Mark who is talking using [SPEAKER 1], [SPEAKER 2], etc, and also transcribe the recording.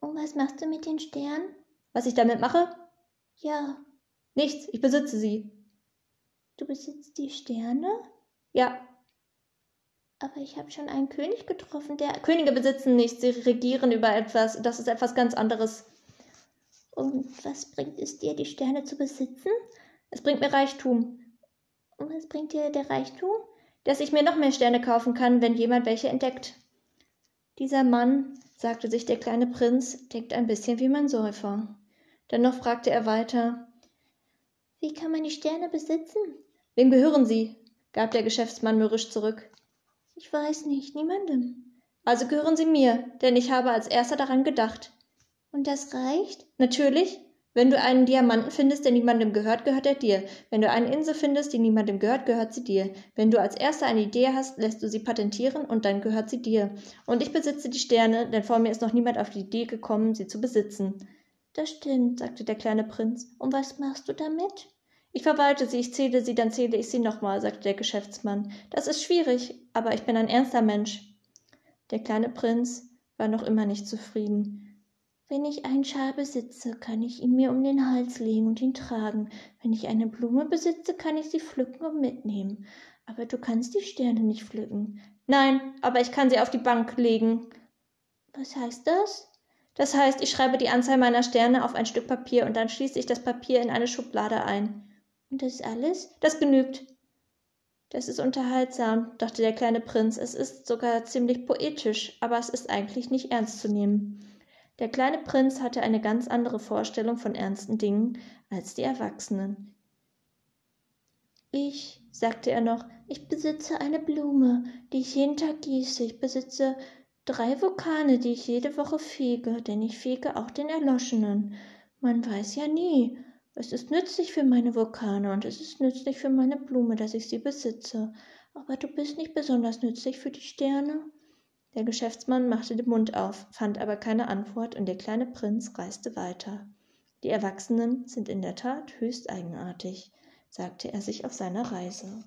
[SPEAKER 1] Und was machst du mit den Sternen?
[SPEAKER 2] Was ich damit mache?
[SPEAKER 1] Ja,
[SPEAKER 2] Nichts, ich besitze sie.
[SPEAKER 1] du besitzt die Sterne?
[SPEAKER 2] Ja,
[SPEAKER 1] Aber ich habe schon einen König getroffen, der.
[SPEAKER 2] Könige besitzen nichts, sie regieren über etwas, das ist etwas ganz anderes.
[SPEAKER 1] Und was bringt es dir, die Sterne zu besitzen?
[SPEAKER 2] Es bringt mir Reichtum,
[SPEAKER 1] Und was bringt dir der Reichtum?
[SPEAKER 2] dass ich mir noch mehr Sterne kaufen kann, wenn jemand welche entdeckt. Dieser Mann, sagte sich der kleine Prinz, denkt ein bisschen wie mein Säufer. Dennoch fragte er weiter,
[SPEAKER 1] Wie kann man die Sterne besitzen?
[SPEAKER 2] wem gehören sie? gab der Geschäftsmann mürrisch zurück.
[SPEAKER 1] Ich weiß nicht, niemandem.
[SPEAKER 2] Also gehören sie mir, denn ich habe als erster daran gedacht.
[SPEAKER 1] Und das reicht?
[SPEAKER 2] Natürlich, wenn du einen Diamanten findest, der niemandem gehört, gehört er dir. Wenn du eine Insel findest, die niemandem gehört, gehört sie dir. Wenn du als erster eine Idee hast, lässt du sie patentieren und dann gehört sie dir. Und ich besitze die Sterne, denn vor mir ist noch niemand auf die Idee gekommen, sie zu besitzen.
[SPEAKER 1] Das stimmt, sagte der kleine Prinz. Und was machst du damit?
[SPEAKER 2] Ich verwalte sie, ich zähle sie, dann zähle ich sie nochmal, sagte der Geschäftsmann. Das ist schwierig, aber ich bin ein ernster Mensch. Der kleine Prinz war noch immer nicht zufrieden.
[SPEAKER 1] Wenn ich einen Schal besitze, kann ich ihn mir um den Hals legen und ihn tragen. Wenn ich eine Blume besitze, kann ich sie pflücken und mitnehmen. Aber du kannst die Sterne nicht pflücken.
[SPEAKER 2] Nein, aber ich kann sie auf die Bank legen.
[SPEAKER 1] Was heißt das?
[SPEAKER 2] Das heißt, ich schreibe die Anzahl meiner Sterne auf ein Stück Papier und dann schließe ich das Papier in eine Schublade ein.
[SPEAKER 1] Und das ist alles?
[SPEAKER 2] Das genügt. Das ist unterhaltsam, dachte der kleine Prinz. Es ist sogar ziemlich poetisch, aber es ist eigentlich nicht ernst zu nehmen. Der kleine Prinz hatte eine ganz andere Vorstellung von ernsten Dingen als die Erwachsenen.
[SPEAKER 1] Ich, sagte er noch, ich besitze eine Blume, die ich jeden Tag gieße. Ich besitze drei Vulkane, die ich jede Woche fege, denn ich fege auch den Erloschenen. Man weiß ja nie. Es ist nützlich für meine Vulkane und es ist nützlich für meine Blume, dass ich sie besitze. Aber du bist nicht besonders nützlich für die Sterne.
[SPEAKER 2] Der Geschäftsmann machte den Mund auf, fand aber keine Antwort und der kleine Prinz reiste weiter. Die Erwachsenen sind in der Tat höchst eigenartig, sagte er sich auf seiner Reise.